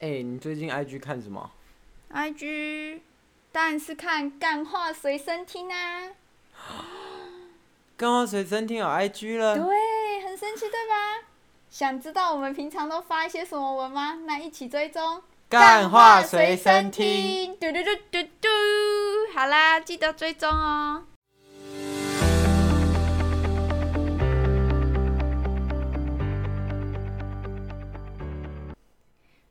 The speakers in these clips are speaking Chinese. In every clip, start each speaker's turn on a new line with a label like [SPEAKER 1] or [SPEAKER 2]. [SPEAKER 1] 哎、你最近 IG 看什么？
[SPEAKER 2] IG 当然是看干话随身听啊，
[SPEAKER 1] 刚刚随身听有 IG 了，
[SPEAKER 2] 对，很神奇对吧？想知道我们平常都发一些什么文吗？那一起追踪
[SPEAKER 1] 干话随身听。，
[SPEAKER 2] 嘟嘟嘟嘟嘟，好啦，记得追踪哦。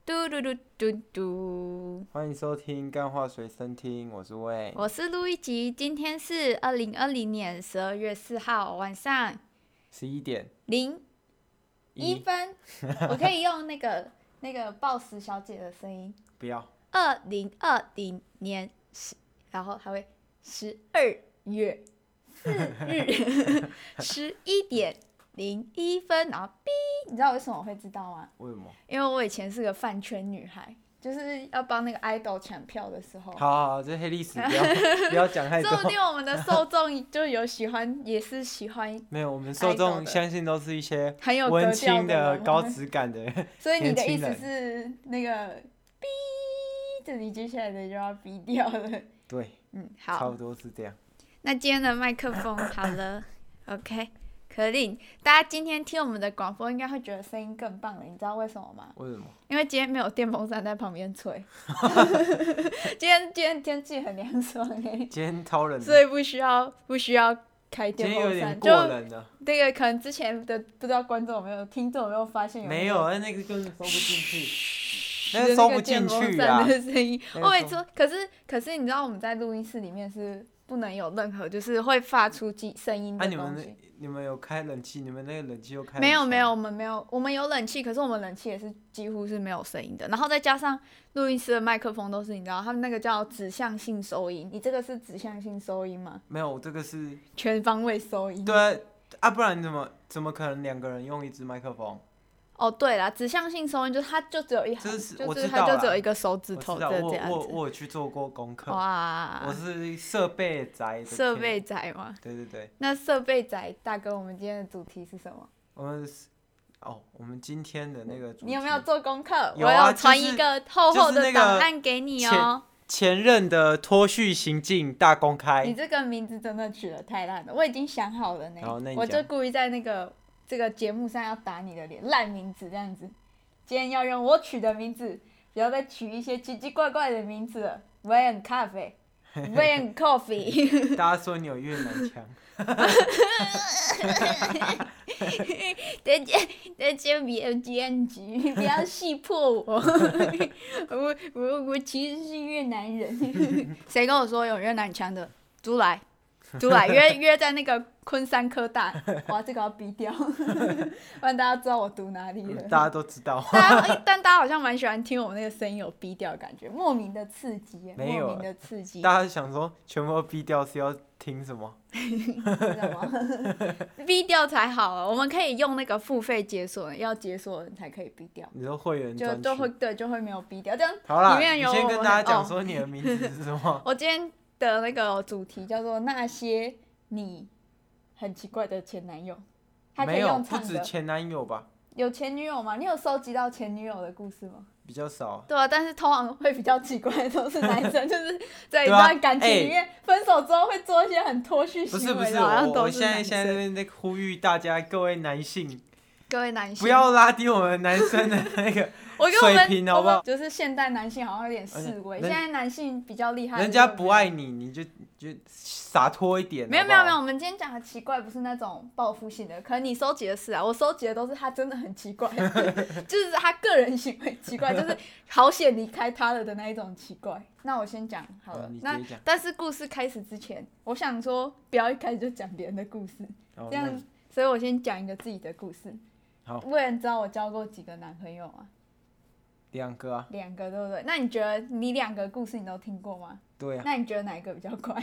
[SPEAKER 2] 嘟嘟嘟嘟嘟。
[SPEAKER 1] 欢迎收听干话随身听，我是魏。
[SPEAKER 2] 我是陆一吉，今天是二零二零年十二月四号晚上
[SPEAKER 1] 十一点
[SPEAKER 2] 零一分。我可以用那个 那个暴食小姐的声音。
[SPEAKER 1] 不要
[SPEAKER 2] 二零二零年十，然后还会十二月四日 十一点零一分，然后哔，你知道为什么我会知道吗？
[SPEAKER 1] 为什么？
[SPEAKER 2] 因为我以前是个饭圈女孩，就是要帮那个 idol 抢票的时候。
[SPEAKER 1] 好好好，这黑历史不要 不要讲太多
[SPEAKER 2] 哦说。不定我们的受众就有喜欢，也是喜欢
[SPEAKER 1] 没有，我们受
[SPEAKER 2] 爱豆
[SPEAKER 1] 众
[SPEAKER 2] 的
[SPEAKER 1] 相信都是一些
[SPEAKER 2] 很有格
[SPEAKER 1] 温
[SPEAKER 2] 调
[SPEAKER 1] 馨的、
[SPEAKER 2] 人
[SPEAKER 1] 高质感的。
[SPEAKER 2] 所以你的意
[SPEAKER 1] 年轻
[SPEAKER 2] 思
[SPEAKER 1] 人
[SPEAKER 2] 是那个哔，这里接下来的就要逼掉了。
[SPEAKER 1] 对，
[SPEAKER 2] 嗯，
[SPEAKER 1] 差
[SPEAKER 2] 好
[SPEAKER 1] 不，多是这样。
[SPEAKER 2] 那今天的麦克 风好了，OK，可令，大家今天听我们的广播应该会觉得声音更棒了，你知道为什么吗？
[SPEAKER 1] 为什么？
[SPEAKER 2] 因为今天没有电风扇在旁 边吹，今天今天天气很凉爽哎、
[SPEAKER 1] 今天超冷的，
[SPEAKER 2] 所以不需要不需要开
[SPEAKER 1] 嗯今
[SPEAKER 2] 电
[SPEAKER 1] 天有
[SPEAKER 2] 风
[SPEAKER 1] 点
[SPEAKER 2] 扇，
[SPEAKER 1] 过
[SPEAKER 2] 就
[SPEAKER 1] 冷了。
[SPEAKER 2] 那个可能之前的不知道观众有没有听众有没有发现有
[SPEAKER 1] 没
[SPEAKER 2] 有
[SPEAKER 1] 有，啊那那个根本收不进去，那
[SPEAKER 2] 那
[SPEAKER 1] 个
[SPEAKER 2] 个
[SPEAKER 1] 收不进
[SPEAKER 2] 电风
[SPEAKER 1] 去啊
[SPEAKER 2] 扇！的声音。
[SPEAKER 1] 那个
[SPEAKER 2] 我每
[SPEAKER 1] 收
[SPEAKER 2] 次可是可是你知道我们在录音室里面是不能有任何就是会发出机声音
[SPEAKER 1] 啊，
[SPEAKER 2] 的
[SPEAKER 1] 你
[SPEAKER 2] 嗯东
[SPEAKER 1] 们
[SPEAKER 2] 西。
[SPEAKER 1] 那你们有开冷气？你们那个冷气又开？
[SPEAKER 2] 没有没有，，我们没有，我们有冷气，可是我们冷气也是几乎是没有声音的。然后再加上录音室的麦克风都是你知道，他们那个叫指向性收音。你这个是指向性收音吗？
[SPEAKER 1] 没有，我这个是
[SPEAKER 2] 全方位收音。
[SPEAKER 1] 对啊啊，不然你怎么怎么可能两个人用一支麦克风？
[SPEAKER 2] 哦，对啦，指向性收音就是它就只有一
[SPEAKER 1] 这
[SPEAKER 2] 行，
[SPEAKER 1] 是
[SPEAKER 2] 就
[SPEAKER 1] 我
[SPEAKER 2] 是
[SPEAKER 1] 知
[SPEAKER 2] 它
[SPEAKER 1] 道
[SPEAKER 2] 就
[SPEAKER 1] 啦
[SPEAKER 2] 只有一个手指
[SPEAKER 1] 我
[SPEAKER 2] 头
[SPEAKER 1] 知
[SPEAKER 2] 的
[SPEAKER 1] 道，我
[SPEAKER 2] 这样
[SPEAKER 1] 我
[SPEAKER 2] 子。
[SPEAKER 1] 我有去做过功课，
[SPEAKER 2] 哇，
[SPEAKER 1] 我是设备宅的
[SPEAKER 2] 设
[SPEAKER 1] 天
[SPEAKER 2] 备。宅吗？
[SPEAKER 1] 对对对，
[SPEAKER 2] 那设备宅大哥，我们今天的主题是什么？
[SPEAKER 1] 我们是哦，我们今天的那个主
[SPEAKER 2] 你有没有
[SPEAKER 1] 题
[SPEAKER 2] 做功课？
[SPEAKER 1] 有啊
[SPEAKER 2] 我有传
[SPEAKER 1] 就是
[SPEAKER 2] 一个厚厚
[SPEAKER 1] 就是那
[SPEAKER 2] 的
[SPEAKER 1] 个
[SPEAKER 2] 档案给你哦。
[SPEAKER 1] 前任的脱序行径大公
[SPEAKER 2] 你
[SPEAKER 1] 开？
[SPEAKER 2] 这个名字真的取得太烂了，我已经想好了呢
[SPEAKER 1] 好那你。讲
[SPEAKER 2] 我就故意在那个这个节目上要打你的脸，烂名字这样子。今天要用我取的名字，不要再取一些奇奇怪怪的名字了。Van 咖啡，Van Coffee，
[SPEAKER 1] 大家说你有越南 腔，
[SPEAKER 2] 大 家大家别坚持， 不要戏破我。 我我我其实是越南人。 谁跟我说有越南腔的？猪 来，猪来约约在那个昆山科大。哇，这个要逼掉， 不然大家知道我读哪里了。
[SPEAKER 1] 嗯大家都知道。
[SPEAKER 2] 大家但大家好像蛮喜欢听我们那个声音有逼调的感觉，莫名的刺激耶，
[SPEAKER 1] 没有
[SPEAKER 2] 莫名的刺激，
[SPEAKER 1] 大家想说全部都逼掉是要听什么？
[SPEAKER 2] 知道吗？ 逼调才好啊，我们可以用那个付费解锁，要解锁的人才可以逼调，
[SPEAKER 1] 你说会员
[SPEAKER 2] 就
[SPEAKER 1] 专
[SPEAKER 2] 都会
[SPEAKER 1] 区？
[SPEAKER 2] 对就会没有逼调，这样
[SPEAKER 1] 好啦，
[SPEAKER 2] 里面
[SPEAKER 1] 你
[SPEAKER 2] 有
[SPEAKER 1] 先
[SPEAKER 2] 我
[SPEAKER 1] 跟
[SPEAKER 2] 们
[SPEAKER 1] 大家
[SPEAKER 2] 哦。
[SPEAKER 1] 讲说你的名字是什么
[SPEAKER 2] 我今天的那个主题叫做那些你很奇怪的前男友，还可
[SPEAKER 1] 没
[SPEAKER 2] 以
[SPEAKER 1] 有，
[SPEAKER 2] 用
[SPEAKER 1] 不
[SPEAKER 2] 唱
[SPEAKER 1] 止
[SPEAKER 2] 的。
[SPEAKER 1] 前男友吧，
[SPEAKER 2] 有前女友吗？你有收集到前女友的故事吗？
[SPEAKER 1] 比较少。
[SPEAKER 2] 对啊，但是通常会比较奇怪的都是男 生，就是在一
[SPEAKER 1] 对啊
[SPEAKER 2] 段感情里面、分手之后会做一些很脱 序
[SPEAKER 1] 不
[SPEAKER 2] 行
[SPEAKER 1] 是不
[SPEAKER 2] 为
[SPEAKER 1] 是，
[SPEAKER 2] 的，好像
[SPEAKER 1] 我
[SPEAKER 2] 都
[SPEAKER 1] 我
[SPEAKER 2] 是
[SPEAKER 1] 现在
[SPEAKER 2] 男
[SPEAKER 1] 现在
[SPEAKER 2] 生。
[SPEAKER 1] 在那呼吁大家各位男性，
[SPEAKER 2] 各位男性，
[SPEAKER 1] 不要拉低我们男生的那 个，
[SPEAKER 2] 我跟我们
[SPEAKER 1] 水平好不好
[SPEAKER 2] 我们就是现代男性好像有点示威，
[SPEAKER 1] 人
[SPEAKER 2] 现在男性比较厉害，
[SPEAKER 1] 人家不爱你，你就就洒脱一点。
[SPEAKER 2] 没有
[SPEAKER 1] 好
[SPEAKER 2] 没
[SPEAKER 1] 不好
[SPEAKER 2] 有没有，，我们今天讲的奇怪不是那种报复性的，可能你收集的是啊，我收集的都是他真的很奇怪， 就是他个人行为奇怪，就是好险离开他了的那一种奇怪。那我先讲好了，
[SPEAKER 1] 嗯你直
[SPEAKER 2] 那
[SPEAKER 1] 接讲
[SPEAKER 2] 但是故事开始之前，我想说不要一开始就讲别人的故事，
[SPEAKER 1] 哦
[SPEAKER 2] 这样，所以我先讲一个自己的故事。
[SPEAKER 1] 好
[SPEAKER 2] 为人知道我交过几个男朋友吗？
[SPEAKER 1] 那两个啊，
[SPEAKER 2] 两个，对不对？那你觉得你两个故事你都听过吗？
[SPEAKER 1] 对啊，
[SPEAKER 2] 那你觉得哪一个比较怪？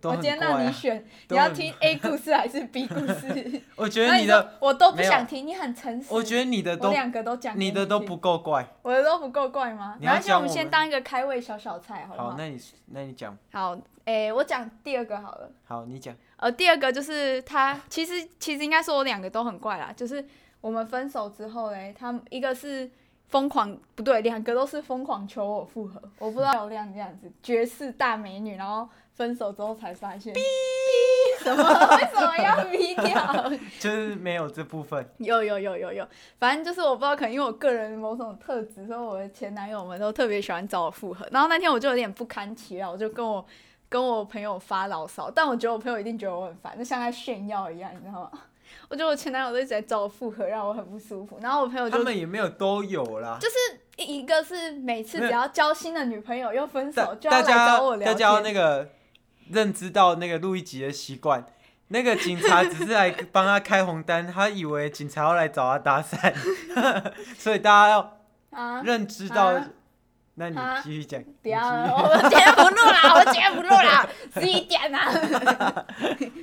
[SPEAKER 1] 都
[SPEAKER 2] 我
[SPEAKER 1] 很
[SPEAKER 2] 今天
[SPEAKER 1] 怪
[SPEAKER 2] 让你
[SPEAKER 1] 啊。
[SPEAKER 2] 选，
[SPEAKER 1] 都
[SPEAKER 2] 你要
[SPEAKER 1] 很
[SPEAKER 2] 听 A 故事还是 B 故 事？
[SPEAKER 1] 我觉得
[SPEAKER 2] 那
[SPEAKER 1] 你
[SPEAKER 2] 说
[SPEAKER 1] 的，
[SPEAKER 2] 我都不
[SPEAKER 1] 没有
[SPEAKER 2] 想听，你很诚实。
[SPEAKER 1] 我觉得你的
[SPEAKER 2] 我
[SPEAKER 1] 都
[SPEAKER 2] 两个都讲给
[SPEAKER 1] 你
[SPEAKER 2] 你
[SPEAKER 1] 的都
[SPEAKER 2] 听
[SPEAKER 1] 不，够怪。
[SPEAKER 2] 我的都不够怪吗？
[SPEAKER 1] 你
[SPEAKER 2] 没
[SPEAKER 1] 要
[SPEAKER 2] 关系，
[SPEAKER 1] 讲
[SPEAKER 2] 我们
[SPEAKER 1] 我
[SPEAKER 2] 先
[SPEAKER 1] 们
[SPEAKER 2] 当一个开胃小小菜，好不
[SPEAKER 1] 好，
[SPEAKER 2] 好？
[SPEAKER 1] 那你那你讲，
[SPEAKER 2] 好，诶、我讲第二个好了。
[SPEAKER 1] 好，你讲，
[SPEAKER 2] 呃，第二个就是他，其实其实应该说我两个都很怪啦，就是我们分手之后嘞，他一个是疯狂不对，两个都是疯狂求我复合，我不知道漂亮这样子，绝世大美女，然后分手之后才发现，什么？为什么要逼掉？
[SPEAKER 1] 就是没有这部分。
[SPEAKER 2] 有有有有有，反正就是我不知道，可能因为我个人某种特质，所以我的前男友们都特别喜欢找我复合。然后那天我就有点不堪其扰，我就跟我跟我朋友发牢骚，但我觉得我朋友一定觉得我很烦，就像在炫耀一样，你知道吗？ 我觉得我前男友都一直在找我复合，让我很不舒服。然后我朋友
[SPEAKER 1] 他
[SPEAKER 2] 就
[SPEAKER 1] 们也没有都有啦，
[SPEAKER 2] 一个是每次
[SPEAKER 1] 没有
[SPEAKER 2] 只要交新的女朋友又 分手，
[SPEAKER 1] 大
[SPEAKER 2] 就
[SPEAKER 1] 大
[SPEAKER 2] 要来
[SPEAKER 1] 家
[SPEAKER 2] 找我聊
[SPEAKER 1] 大家要
[SPEAKER 2] 天。
[SPEAKER 1] 那个认知到那个录一集的习惯。 那个警察只是来帮他开红单，他以为警察要来找他搭讪， 所以大家要
[SPEAKER 2] 啊，
[SPEAKER 1] 认知到。
[SPEAKER 2] 啊
[SPEAKER 1] 那你
[SPEAKER 2] 啊
[SPEAKER 1] 继续讲，
[SPEAKER 2] 不
[SPEAKER 1] 你
[SPEAKER 2] 要
[SPEAKER 1] 继
[SPEAKER 2] 了，
[SPEAKER 1] 续
[SPEAKER 2] 我今天不录啦，我今天不录 啦，十一点啦。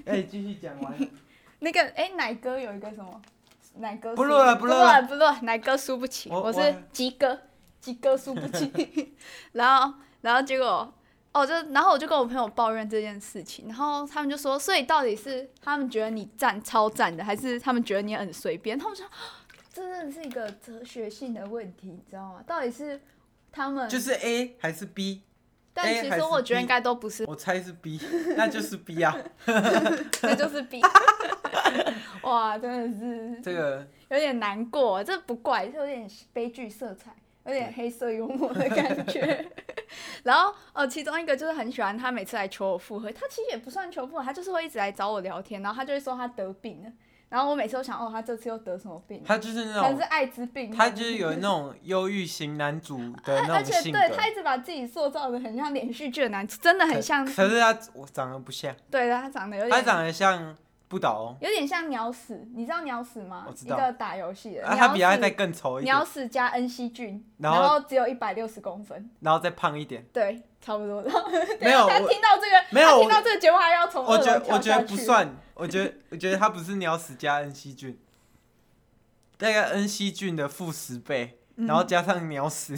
[SPEAKER 1] 哎，继续讲完。
[SPEAKER 2] 那个哎、奶哥有一个什么？奶哥
[SPEAKER 1] 不
[SPEAKER 2] 输
[SPEAKER 1] 录了
[SPEAKER 2] 不
[SPEAKER 1] 不录
[SPEAKER 2] 录
[SPEAKER 1] 了
[SPEAKER 2] 不录了，奶哥输不起，
[SPEAKER 1] 我
[SPEAKER 2] 我
[SPEAKER 1] 我
[SPEAKER 2] 是鸡哥，鸡哥输不 起。然后然后结果哦，就然后我就跟我朋友抱怨这件事情，然后他们就说，所以到底是他们觉得你赞超赞的，还是他们觉得你很随便？他们说啊这真的是一个哲学性的问题，你知道吗？到底是他们，
[SPEAKER 1] 就是 A 还是 B？
[SPEAKER 2] 但
[SPEAKER 1] A
[SPEAKER 2] 其
[SPEAKER 1] 还
[SPEAKER 2] 实
[SPEAKER 1] 是
[SPEAKER 2] 我觉得
[SPEAKER 1] B？
[SPEAKER 2] 应该都 不是，
[SPEAKER 1] 我猜是 B，那就是 B 啊。
[SPEAKER 2] 这就 是 B。哇，真的是
[SPEAKER 1] 这个
[SPEAKER 2] 有点难过，这不怪，是有点悲剧色彩，有点黑色幽默的感觉。 然后呃，其中一个就是很喜欢他每次来求我复合，他其实也不算求复合，他就是会一直来找我聊天，然后他就会说他得病了，然后我每次都想哦，他这次又得什么病了？
[SPEAKER 1] 他就是那
[SPEAKER 2] 可能
[SPEAKER 1] 种
[SPEAKER 2] 是，艾滋病。
[SPEAKER 1] 他就是有那种忧郁型男主的
[SPEAKER 2] 而
[SPEAKER 1] 那种
[SPEAKER 2] 且
[SPEAKER 1] 性格
[SPEAKER 2] 对。他一直把自己塑造的很像连续剧的男，真的很像。
[SPEAKER 1] 可是他我长得不像，
[SPEAKER 2] 对他长得有
[SPEAKER 1] 他
[SPEAKER 2] 点，
[SPEAKER 1] 长得像不倒翁，
[SPEAKER 2] 有点像鸟屎，你知道鸟屎吗？
[SPEAKER 1] 我知
[SPEAKER 2] 一
[SPEAKER 1] 道
[SPEAKER 2] 个打游戏的，
[SPEAKER 1] 啊，他比他
[SPEAKER 2] 鸟
[SPEAKER 1] 再
[SPEAKER 2] 屎，
[SPEAKER 1] 更丑一点
[SPEAKER 2] 鸟，屎加恩熙俊，
[SPEAKER 1] 然后
[SPEAKER 2] 然后只有一百六十公分。
[SPEAKER 1] 然后再胖一点。
[SPEAKER 2] 对，差不多。然后
[SPEAKER 1] 没有
[SPEAKER 2] 他
[SPEAKER 1] 我
[SPEAKER 2] 听到这个，
[SPEAKER 1] 没有
[SPEAKER 2] 他
[SPEAKER 1] 我
[SPEAKER 2] 听到这个节目还要从
[SPEAKER 1] 我
[SPEAKER 2] 二
[SPEAKER 1] 觉
[SPEAKER 2] 楼
[SPEAKER 1] 得我
[SPEAKER 2] 跳
[SPEAKER 1] 觉
[SPEAKER 2] 下
[SPEAKER 1] 得不
[SPEAKER 2] 去。
[SPEAKER 1] 算，我觉得我觉得他不是鸟屎加恩熙俊，大概恩熙俊的负十倍，
[SPEAKER 2] 嗯
[SPEAKER 1] 然后加上鸟屎，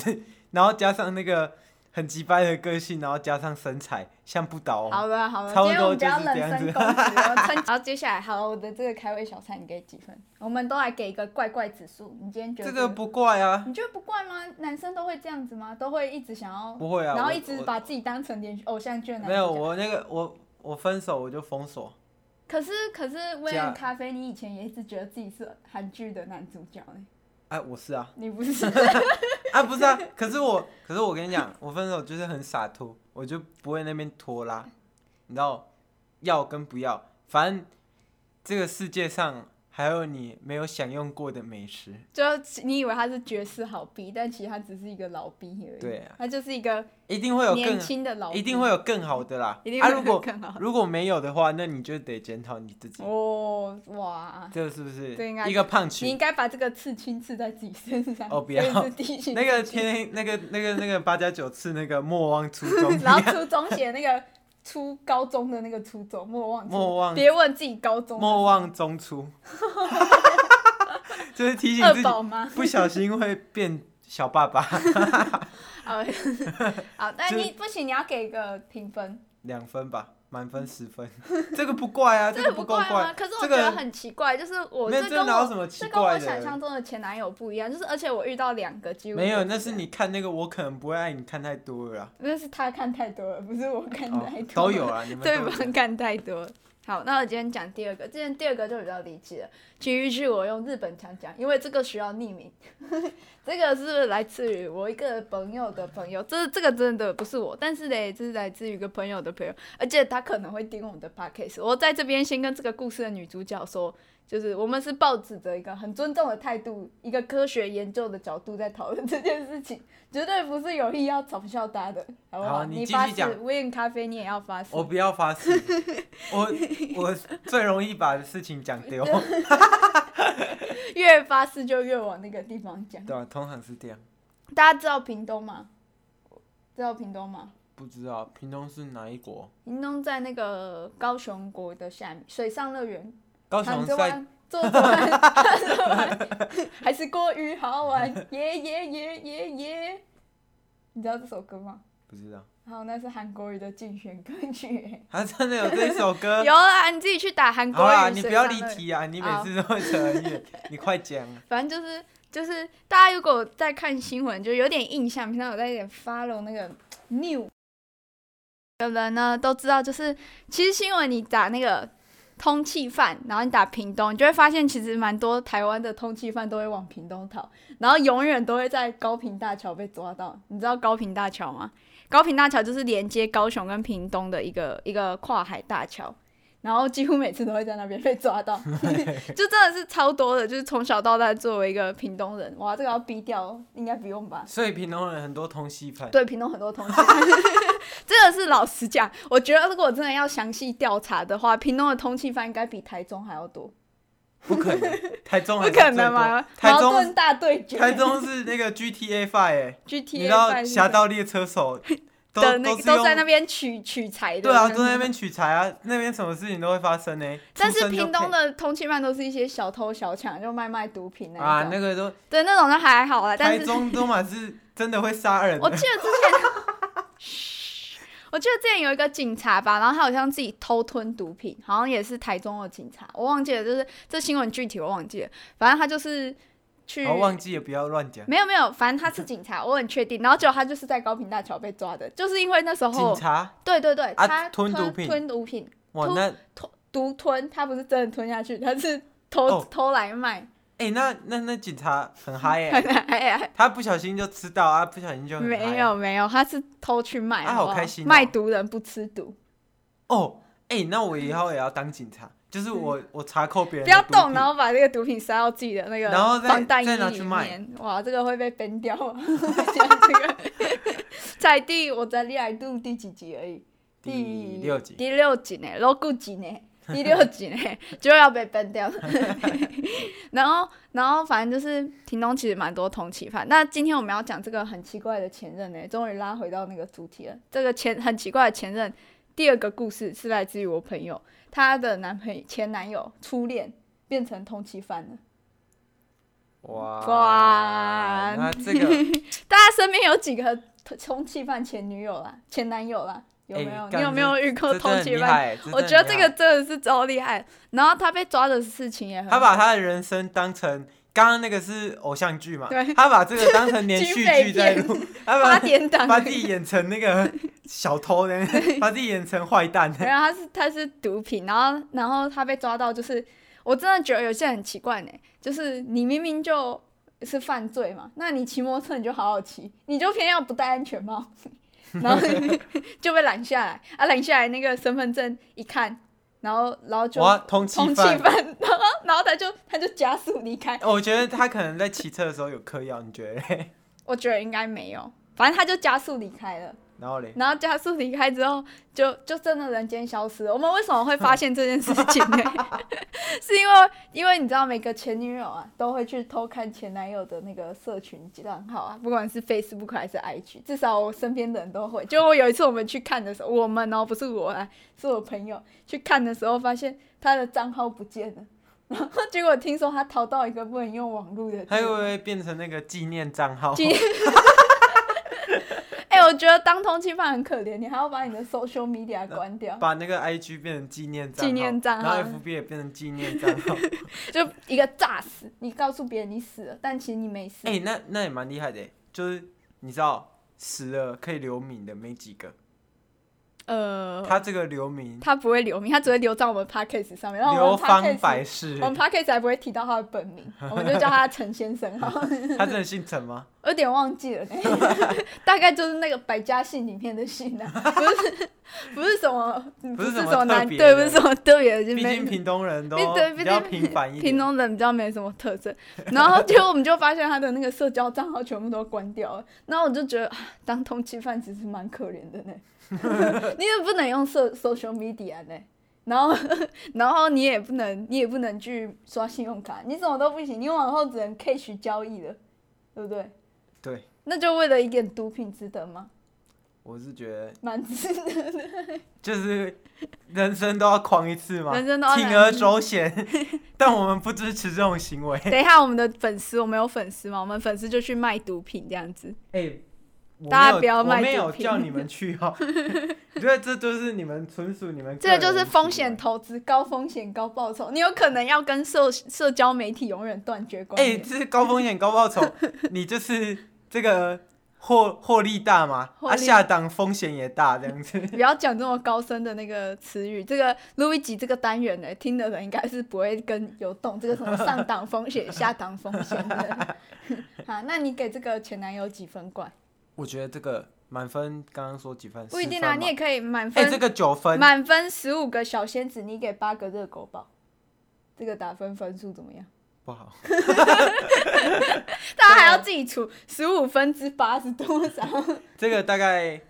[SPEAKER 1] 然后加上那个很鸡掰的个性，然后加上身材像不倒翁。
[SPEAKER 2] 好了好了，
[SPEAKER 1] 差不
[SPEAKER 2] 今天我们不
[SPEAKER 1] 多就
[SPEAKER 2] 要
[SPEAKER 1] 是
[SPEAKER 2] 冷
[SPEAKER 1] 这样
[SPEAKER 2] 身
[SPEAKER 1] 子
[SPEAKER 2] 攻击了。趁然后接 下哦来，好了，我的这个开胃小菜你给几分？我们都来给一个怪怪指数。你今天觉得
[SPEAKER 1] 这个不怪啊，
[SPEAKER 2] 你觉得不怪吗？男生都会这样子吗？都会一直想要，
[SPEAKER 1] 不会啊。
[SPEAKER 2] 然后
[SPEAKER 1] 我
[SPEAKER 2] 一直
[SPEAKER 1] 我
[SPEAKER 2] 把自己当成连续偶像剧的男
[SPEAKER 1] 没有
[SPEAKER 2] 主角。
[SPEAKER 1] 我那个我我分手我就封锁，
[SPEAKER 2] 可是可是威廉
[SPEAKER 1] 加
[SPEAKER 2] 咖啡，你以前也一直觉得自己是韩剧的男主角呢，
[SPEAKER 1] 哎，我是啊，
[SPEAKER 2] 你不是？
[SPEAKER 1] 啊不是啊，可是我可是我跟你讲，我分手就是很洒脱，我就不会那边拖拉，你知道要跟不要，反正这个世界上还有你没有享用过的美食，
[SPEAKER 2] 就是你以为他是绝世好逼，但其实他只是一个老逼而已。
[SPEAKER 1] 对啊
[SPEAKER 2] 他就是一个
[SPEAKER 1] 一定会有
[SPEAKER 2] 年
[SPEAKER 1] 更
[SPEAKER 2] 轻的老逼，
[SPEAKER 1] 一定会有更好的啦
[SPEAKER 2] 一定。
[SPEAKER 1] 啊，
[SPEAKER 2] 会
[SPEAKER 1] 如果
[SPEAKER 2] 更好。
[SPEAKER 1] 如果没有的话，那你就得检讨你自己，
[SPEAKER 2] 哦，哇！
[SPEAKER 1] 这个是不是
[SPEAKER 2] 这应该
[SPEAKER 1] 一个胖
[SPEAKER 2] 你
[SPEAKER 1] 曲？
[SPEAKER 2] 应该把这个刺青刺在自己身上。
[SPEAKER 1] 哦不要
[SPEAKER 2] 这是第一
[SPEAKER 1] 那个天天那个那个那个八加九次那个莫忘初衷
[SPEAKER 2] ，然后初中写那个初高中的那个初中，莫忘初
[SPEAKER 1] 莫忘
[SPEAKER 2] 别问自己高中的
[SPEAKER 1] 莫忘中初， 就是提醒
[SPEAKER 2] 二
[SPEAKER 1] 自己
[SPEAKER 2] 宝吗？
[SPEAKER 1] 不小心会变小爸爸，
[SPEAKER 2] 好， 好，但
[SPEAKER 1] 就是
[SPEAKER 2] 你不行，你要给一个评分，
[SPEAKER 1] 两分吧，满分十 分，这个不怪啊，
[SPEAKER 2] 这
[SPEAKER 1] 个
[SPEAKER 2] 个
[SPEAKER 1] 不
[SPEAKER 2] 不
[SPEAKER 1] 够
[SPEAKER 2] 怪吗？
[SPEAKER 1] 怪，
[SPEAKER 2] 可是我
[SPEAKER 1] 这
[SPEAKER 2] 觉得
[SPEAKER 1] 个
[SPEAKER 2] 很奇怪，就是我
[SPEAKER 1] 没有
[SPEAKER 2] 这
[SPEAKER 1] 这
[SPEAKER 2] 跟
[SPEAKER 1] 哪有
[SPEAKER 2] 我
[SPEAKER 1] 什么奇
[SPEAKER 2] 这跟我
[SPEAKER 1] 怪
[SPEAKER 2] 想象
[SPEAKER 1] 的？
[SPEAKER 2] 中的前男友不一样，就是而且我遇到两个几乎
[SPEAKER 1] 没有，
[SPEAKER 2] 都
[SPEAKER 1] 那
[SPEAKER 2] 这
[SPEAKER 1] 是
[SPEAKER 2] 样，
[SPEAKER 1] 你看那个，我可能不会爱你看太多 了啦，
[SPEAKER 2] 那是他看太多了，不是我看
[SPEAKER 1] 哦
[SPEAKER 2] 太多、
[SPEAKER 1] 都有 啦，你们
[SPEAKER 2] 对
[SPEAKER 1] 都有
[SPEAKER 2] 方看太多。好，那我今天讲第二个，今天第二个就比较离奇了。其余是我用日本腔讲，因为这个需要匿名。 这个是来自于我一个朋友的朋友，这这个真的不是我，但是嘞，这是来自于一个朋友的朋友，而且他可能会听我们的 podcast。我在这边先跟这个故事的女主角说，就是我们是抱着着一个很尊重的态度，一个科学研究的角度在讨论这件事情，绝对不是有意要嘲笑他的，好不
[SPEAKER 1] 好你
[SPEAKER 2] 你
[SPEAKER 1] 继
[SPEAKER 2] 发
[SPEAKER 1] 续
[SPEAKER 2] 誓
[SPEAKER 1] 讲
[SPEAKER 2] 威廉咖啡你也要发誓。
[SPEAKER 1] 我不要发 誓，我我最容易把事情讲丢，
[SPEAKER 2] 越发誓就越往那个地方讲。
[SPEAKER 1] 对吧？啊通常是这样。
[SPEAKER 2] 大家知道屏东吗？知道屏东吗？
[SPEAKER 1] 不知道屏东是哪一国？
[SPEAKER 2] 屏东在那个高雄国的下面，水上乐园，
[SPEAKER 1] 高
[SPEAKER 2] 潭
[SPEAKER 1] 雄
[SPEAKER 2] 子
[SPEAKER 1] 在
[SPEAKER 2] 湾、坐着玩、看着玩， 还是过于好玩，耶耶耶耶耶！你知道这首歌吗？
[SPEAKER 1] 不知道，
[SPEAKER 2] 好，那是韩国语的竞选歌曲。
[SPEAKER 1] 他真的有这一首歌。
[SPEAKER 2] 有啊，你自己去打韩国
[SPEAKER 1] 呃好啦，啊
[SPEAKER 2] 语。
[SPEAKER 1] 你
[SPEAKER 2] 水
[SPEAKER 1] 不要
[SPEAKER 2] 上
[SPEAKER 1] 离
[SPEAKER 2] 乐园。
[SPEAKER 1] 题啊！你每次都会扯很远，你快讲啊。
[SPEAKER 2] 反正就是就是大家如果在看新闻，就有点印象，平常有在一点 follow 那个 new 的人呢，都知道，就是其实新闻你打那个通缉犯，然后你打屏东，你就会发现其实蛮多台湾的通缉犯都会往屏东逃，然后永远都会在高平大桥被抓到。你知道高平大桥吗？高平大桥就是连接高雄跟屏东的一个一个跨海大桥。然后几乎每次都会在那边被抓到， 就真的是超多的，就是从小到大作为一个屏东人，哇，这个要逼掉，应该不用吧？
[SPEAKER 1] 所以屏东人很多通缉犯，
[SPEAKER 2] 对，屏东很多同学， 真的是老实讲，我觉得如果真的要详细调查的话，屏东的通缉犯应该比台中还要多，
[SPEAKER 1] 不可能， 台中还
[SPEAKER 2] 不
[SPEAKER 1] 是
[SPEAKER 2] 可
[SPEAKER 1] 最
[SPEAKER 2] 能
[SPEAKER 1] 多
[SPEAKER 2] 吗？
[SPEAKER 1] 台
[SPEAKER 2] 矛
[SPEAKER 1] 中
[SPEAKER 2] 盾大对决
[SPEAKER 1] 台中是那个 GTA Five 哎、你知
[SPEAKER 2] ，GTA
[SPEAKER 1] 道
[SPEAKER 2] 犯
[SPEAKER 1] 《
[SPEAKER 2] 是
[SPEAKER 1] 侠盗猎车 手》都
[SPEAKER 2] 的那
[SPEAKER 1] 都
[SPEAKER 2] 个
[SPEAKER 1] 是
[SPEAKER 2] 都在那
[SPEAKER 1] 用
[SPEAKER 2] 边取取材的，
[SPEAKER 1] 对啊，都在那边取材啊，那边什么事情都会发生呢、
[SPEAKER 2] 但
[SPEAKER 1] 出
[SPEAKER 2] 是
[SPEAKER 1] 生就
[SPEAKER 2] 屏东
[SPEAKER 1] 配
[SPEAKER 2] 的通缉犯都是一些小偷小抢，就卖卖毒品那一种，
[SPEAKER 1] 啊，那个都
[SPEAKER 2] 对那种就还好啦，但
[SPEAKER 1] 台
[SPEAKER 2] 是
[SPEAKER 1] 中都嘛是真的会杀人
[SPEAKER 2] 我
[SPEAKER 1] 的
[SPEAKER 2] 记得之前，我记得之前有一个警察吧，然后他好像自己偷吞毒品，好像也是台中的警察，我忘记了，就是这新闻具体我忘记了，反正他就是去。
[SPEAKER 1] 好哦忘记也不要乱讲。
[SPEAKER 2] 没有没有，反正他 是警察，我很确定。然后结果他就是在高平大桥被抓的，就是因为那时
[SPEAKER 1] 警
[SPEAKER 2] 候，
[SPEAKER 1] 察
[SPEAKER 2] 对对对，
[SPEAKER 1] 啊
[SPEAKER 2] 他
[SPEAKER 1] 吞毒品
[SPEAKER 2] 吞毒品，
[SPEAKER 1] 哇，
[SPEAKER 2] 偷
[SPEAKER 1] 那哎、
[SPEAKER 2] 吞毒吞，他不是真的吞下去，他是偷、
[SPEAKER 1] 哦
[SPEAKER 2] 偷来卖。
[SPEAKER 1] 那那那警察很 嗨哎、
[SPEAKER 2] 哎呀，
[SPEAKER 1] 他不小心就吃到啊，不小心就很嗨
[SPEAKER 2] 没有没有，他是偷去卖，
[SPEAKER 1] 啊
[SPEAKER 2] 好不
[SPEAKER 1] 好开心哦
[SPEAKER 2] 卖毒人不吃毒。
[SPEAKER 1] 哦，哎、那我以后也要当警察，就是我我查扣别人
[SPEAKER 2] 嗯不要
[SPEAKER 1] 的毒
[SPEAKER 2] 动，
[SPEAKER 1] 品
[SPEAKER 2] 然后把这个毒品塞到自己的那个
[SPEAKER 1] 然后再
[SPEAKER 2] 防弹衣
[SPEAKER 1] 再拿去
[SPEAKER 2] 里
[SPEAKER 1] 卖
[SPEAKER 2] 面。哇，这个会被崩掉 啊！现在这个 才第我才来度第几集而已，
[SPEAKER 1] 第六集，
[SPEAKER 2] 第六集呢，老久集呢， 第六集呢就要被 崩掉了。然后，然后反正就是屏东其实蛮多通缉犯。那今天我们要讲这个很奇怪的前任呢，终于拉回到那个主题了。这个前很奇怪的前任，第二个故事是来自于我朋友，她的男朋友前男友初恋变成通缉犯了。
[SPEAKER 1] 哇
[SPEAKER 2] 哇
[SPEAKER 1] 那这 个
[SPEAKER 2] 大家身边有几个通通缉犯前女友啦、前男友啦？有没有？
[SPEAKER 1] 哎
[SPEAKER 2] 你有没有遇过
[SPEAKER 1] 这真
[SPEAKER 2] 通
[SPEAKER 1] 的很
[SPEAKER 2] 缉
[SPEAKER 1] 厉
[SPEAKER 2] 犯？
[SPEAKER 1] 害、欸，
[SPEAKER 2] 我
[SPEAKER 1] 真的很
[SPEAKER 2] 觉得
[SPEAKER 1] 厉
[SPEAKER 2] 这个
[SPEAKER 1] 害
[SPEAKER 2] 真的是超厉害。然后他被抓的事情也很，
[SPEAKER 1] 他把他的人生当成刚刚那个是偶像剧嘛
[SPEAKER 2] 对，
[SPEAKER 1] 他把这个当成连续
[SPEAKER 2] 军备
[SPEAKER 1] 剧在
[SPEAKER 2] 片
[SPEAKER 1] 录，他
[SPEAKER 2] 八
[SPEAKER 1] 把
[SPEAKER 2] 点档，
[SPEAKER 1] 把自己演成那个小偷 呢，把自己演成坏蛋呢。
[SPEAKER 2] 然后他是他是毒品，然后然后他被抓到，就是我真的觉得有些人很奇怪呢，就是你明明就是犯罪嘛，那你骑摩托车你就好好骑，你就偏要不戴安全帽， 然后 就被拦下来，啊拦下来那个身份证一看，然后然后就
[SPEAKER 1] 哇，通
[SPEAKER 2] 通
[SPEAKER 1] 缉
[SPEAKER 2] 缉
[SPEAKER 1] 犯！
[SPEAKER 2] 犯， 然后然后他就他就加速离开，
[SPEAKER 1] 我觉得他可能在骑车的时候有嗑药，你觉得嘞？
[SPEAKER 2] 我觉得应该没有，反正他就加速离开了。
[SPEAKER 1] 然后嘞，
[SPEAKER 2] 然后加速离开之后，就就真的人间消失了。我们为什么会发现这件事情呢？ 是因为因为你知道每个前女友啊都会去偷看前男友的那个社群账号啊，不管是 Facebook 还是 IG，至少我身边的人都会。就我有一次我们去看的时候，我们哦不是我啊，是我朋友去看的时候，发现他的账号不见了。然后结果听说他逃到一个不能用网络的地
[SPEAKER 1] 他
[SPEAKER 2] 方，
[SPEAKER 1] 会不会变成那个纪念账号？
[SPEAKER 2] 纪哎、我觉得当通缉犯很可怜，你还要把你的 social media 关掉。
[SPEAKER 1] 把那个 IG 变成纪念账号，
[SPEAKER 2] 纪念账号
[SPEAKER 1] 然后 FB 也变成纪念账 号。
[SPEAKER 2] 就一个诈死，你告诉别人你死了，但其实你没死。
[SPEAKER 1] 哎、那那也蛮厉害的欸，就是你知道死了可以留名的没几个，
[SPEAKER 2] 呃，
[SPEAKER 1] 他这个留名
[SPEAKER 2] 他不会留名，他只会留在我们 podcast 上面，然后我
[SPEAKER 1] 流
[SPEAKER 2] 们
[SPEAKER 1] 芳
[SPEAKER 2] podcast
[SPEAKER 1] 百世欸
[SPEAKER 2] 我。们 podcast 还不会提到他的 本名，我们就叫他陈先生好了，
[SPEAKER 1] 欸他真的姓陈吗？
[SPEAKER 2] 有点忘记了呢， 大概就是那个百家姓里面的姓啊，不是不是什么
[SPEAKER 1] 不是
[SPEAKER 2] 什
[SPEAKER 1] 什么
[SPEAKER 2] 么难
[SPEAKER 1] 特别
[SPEAKER 2] 对，
[SPEAKER 1] 的
[SPEAKER 2] 不是什么特别的，就
[SPEAKER 1] 毕
[SPEAKER 2] 没
[SPEAKER 1] 竟屏东人都
[SPEAKER 2] 毕 对毕
[SPEAKER 1] 比较
[SPEAKER 2] 竟
[SPEAKER 1] 平凡一点
[SPEAKER 2] 屏。东人比较没什么特色，然后结果我们就发现他的那个社交账号全部都关掉了，然后我就觉得啊当通缉犯其实蛮可怜的呢， 你也不能用社 social media 呢，然后然后你也不能你也不能去刷信用卡，你什么都不行，你往后只能 cash 交易了，对不对？
[SPEAKER 1] 对，
[SPEAKER 2] 那就为了一点毒品值得吗？
[SPEAKER 1] 我是觉得
[SPEAKER 2] 蛮值得的，
[SPEAKER 1] 就是人生都要狂一次嘛，
[SPEAKER 2] 人生都要
[SPEAKER 1] 铤
[SPEAKER 2] 来
[SPEAKER 1] 而走险。 但我们不支持这种行为。
[SPEAKER 2] 等一下我们的粉丝，我们有粉丝吗？我们粉丝就去卖毒品这样子。
[SPEAKER 1] 哎、我
[SPEAKER 2] 大家
[SPEAKER 1] 没有
[SPEAKER 2] 不要卖
[SPEAKER 1] 我没有
[SPEAKER 2] 毒品
[SPEAKER 1] 叫你们去哦， 因为这就是你们纯属你们个
[SPEAKER 2] 这
[SPEAKER 1] 人
[SPEAKER 2] 就
[SPEAKER 1] 行
[SPEAKER 2] 是
[SPEAKER 1] 为，
[SPEAKER 2] 风险投资，高风险高报酬，你有可能要跟社社交媒体永远断绝关
[SPEAKER 1] 哎、
[SPEAKER 2] 联。
[SPEAKER 1] 这是高风险高报 酬，你就是这个获获利大嘛，
[SPEAKER 2] 获
[SPEAKER 1] 啊
[SPEAKER 2] 利
[SPEAKER 1] 下档风险也大这样子。
[SPEAKER 2] 不要讲这么高深的那个词语，这个路易吉这个单元呢，听的人应该是不会跟有懂这个什么上档风险、下档风险 的。好，那你给这个前男友几分怪？
[SPEAKER 1] 我觉得这个满分刚刚说几分？
[SPEAKER 2] 不一定
[SPEAKER 1] 10
[SPEAKER 2] 啊，
[SPEAKER 1] 分
[SPEAKER 2] 你
[SPEAKER 1] 嘛
[SPEAKER 2] 也可以满
[SPEAKER 1] 哎、
[SPEAKER 2] 分，
[SPEAKER 1] 这个九分，
[SPEAKER 2] 满分十五个小仙子，你给八个热狗堡，这个打分分数怎么样？
[SPEAKER 1] 不好，
[SPEAKER 2] 大家还要自己除十五分之八是多少？
[SPEAKER 1] 这个大概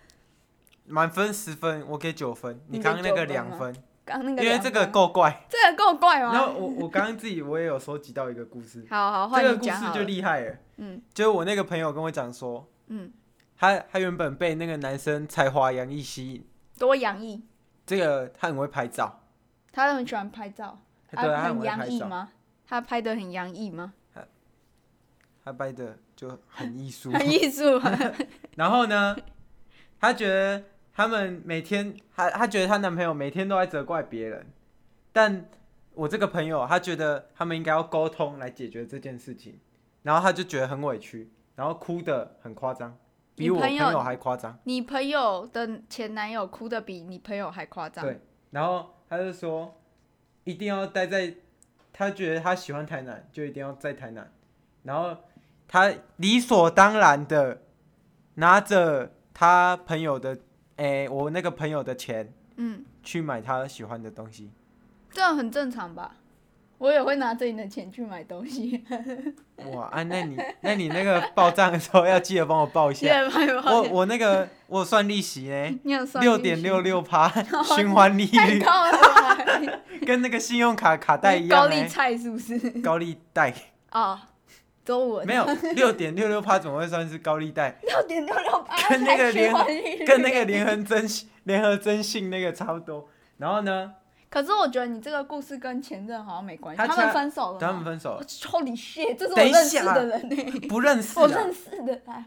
[SPEAKER 1] 满分十分，我给九分，你
[SPEAKER 2] 你给
[SPEAKER 1] 刚刚那
[SPEAKER 2] 9
[SPEAKER 1] 个
[SPEAKER 2] 分
[SPEAKER 1] 两
[SPEAKER 2] 吗
[SPEAKER 1] 分，
[SPEAKER 2] 刚那
[SPEAKER 1] 因
[SPEAKER 2] 个
[SPEAKER 1] 为
[SPEAKER 2] 两
[SPEAKER 1] 这
[SPEAKER 2] 分啊
[SPEAKER 1] 个够怪。
[SPEAKER 2] 这个够 怪
[SPEAKER 1] 然后
[SPEAKER 2] 吗？
[SPEAKER 1] 我我刚刚自己我也有收集到一个故事，
[SPEAKER 2] 好好， 换
[SPEAKER 1] 这个
[SPEAKER 2] 你
[SPEAKER 1] 故
[SPEAKER 2] 讲
[SPEAKER 1] 事
[SPEAKER 2] 好
[SPEAKER 1] 就
[SPEAKER 2] 了。
[SPEAKER 1] 厉害了。
[SPEAKER 2] 嗯，
[SPEAKER 1] 就是我那个朋友跟我讲说，
[SPEAKER 2] 嗯，
[SPEAKER 1] 他他原本被那个男生才华洋溢吸引，
[SPEAKER 2] 多洋溢，
[SPEAKER 1] 这个他很会拍照，
[SPEAKER 2] 他很喜欢拍照，
[SPEAKER 1] 对，啊他很
[SPEAKER 2] 啊很
[SPEAKER 1] 会拍
[SPEAKER 2] 洋溢
[SPEAKER 1] 照，
[SPEAKER 2] 吗？他拍的很洋溢吗？
[SPEAKER 1] 他拍的就很艺术。
[SPEAKER 2] 很艺术啊，
[SPEAKER 1] 然后呢，她觉得他们每天，她她觉得她男朋友每天都在责怪别人，但我这个朋友，她觉得他们应该要沟通来解决这件事情，然后她就觉得很委屈，然后哭的很夸张，比
[SPEAKER 2] 你
[SPEAKER 1] 我
[SPEAKER 2] 朋
[SPEAKER 1] 朋
[SPEAKER 2] 友
[SPEAKER 1] 友还夸张。
[SPEAKER 2] 你朋友的前男友哭的比你朋友还夸张。
[SPEAKER 1] 对然后她就说，一定要待在，她觉得她喜欢台南，就一定要在台南，然后她理所当然的拿着她朋友的，诶、我那个朋友的钱
[SPEAKER 2] 嗯，
[SPEAKER 1] 去买她喜欢的东西，
[SPEAKER 2] 这样很正常吧？我也会拿着你的钱去买 东西，
[SPEAKER 1] 哇啊，那你那你那个报账的时候要记得帮我报一
[SPEAKER 2] 谢
[SPEAKER 1] 下，
[SPEAKER 2] 买保
[SPEAKER 1] 我
[SPEAKER 2] 险。
[SPEAKER 1] 我那个我算利息呢，
[SPEAKER 2] 你有算
[SPEAKER 1] 六
[SPEAKER 2] 进
[SPEAKER 1] 点
[SPEAKER 2] 去
[SPEAKER 1] 六，六 趴循环利
[SPEAKER 2] 太
[SPEAKER 1] 率，
[SPEAKER 2] 高了吧，
[SPEAKER 1] 跟那个信用卡卡贷一
[SPEAKER 2] 高
[SPEAKER 1] 样欸
[SPEAKER 2] 利
[SPEAKER 1] 呢，
[SPEAKER 2] 贷是不是？
[SPEAKER 1] 高利贷。
[SPEAKER 2] 哦，周文
[SPEAKER 1] 没有六点六六趴，怎么会算是高利贷？
[SPEAKER 2] 六点六六八，
[SPEAKER 1] 跟那个联合跟那
[SPEAKER 2] 个。
[SPEAKER 1] 个联合征信联合征信那个差不多。然后呢，
[SPEAKER 2] 可是我觉得你这个故事跟前任好像没关系，
[SPEAKER 1] 他
[SPEAKER 2] 他
[SPEAKER 1] 家
[SPEAKER 2] 们分手了吗。
[SPEAKER 1] 他们分手了，
[SPEAKER 2] Holy shit！这是我
[SPEAKER 1] 等一
[SPEAKER 2] 认识
[SPEAKER 1] 下
[SPEAKER 2] 的人呢、欸
[SPEAKER 1] 不认识
[SPEAKER 2] 我认
[SPEAKER 1] 啊，
[SPEAKER 2] 识的啊。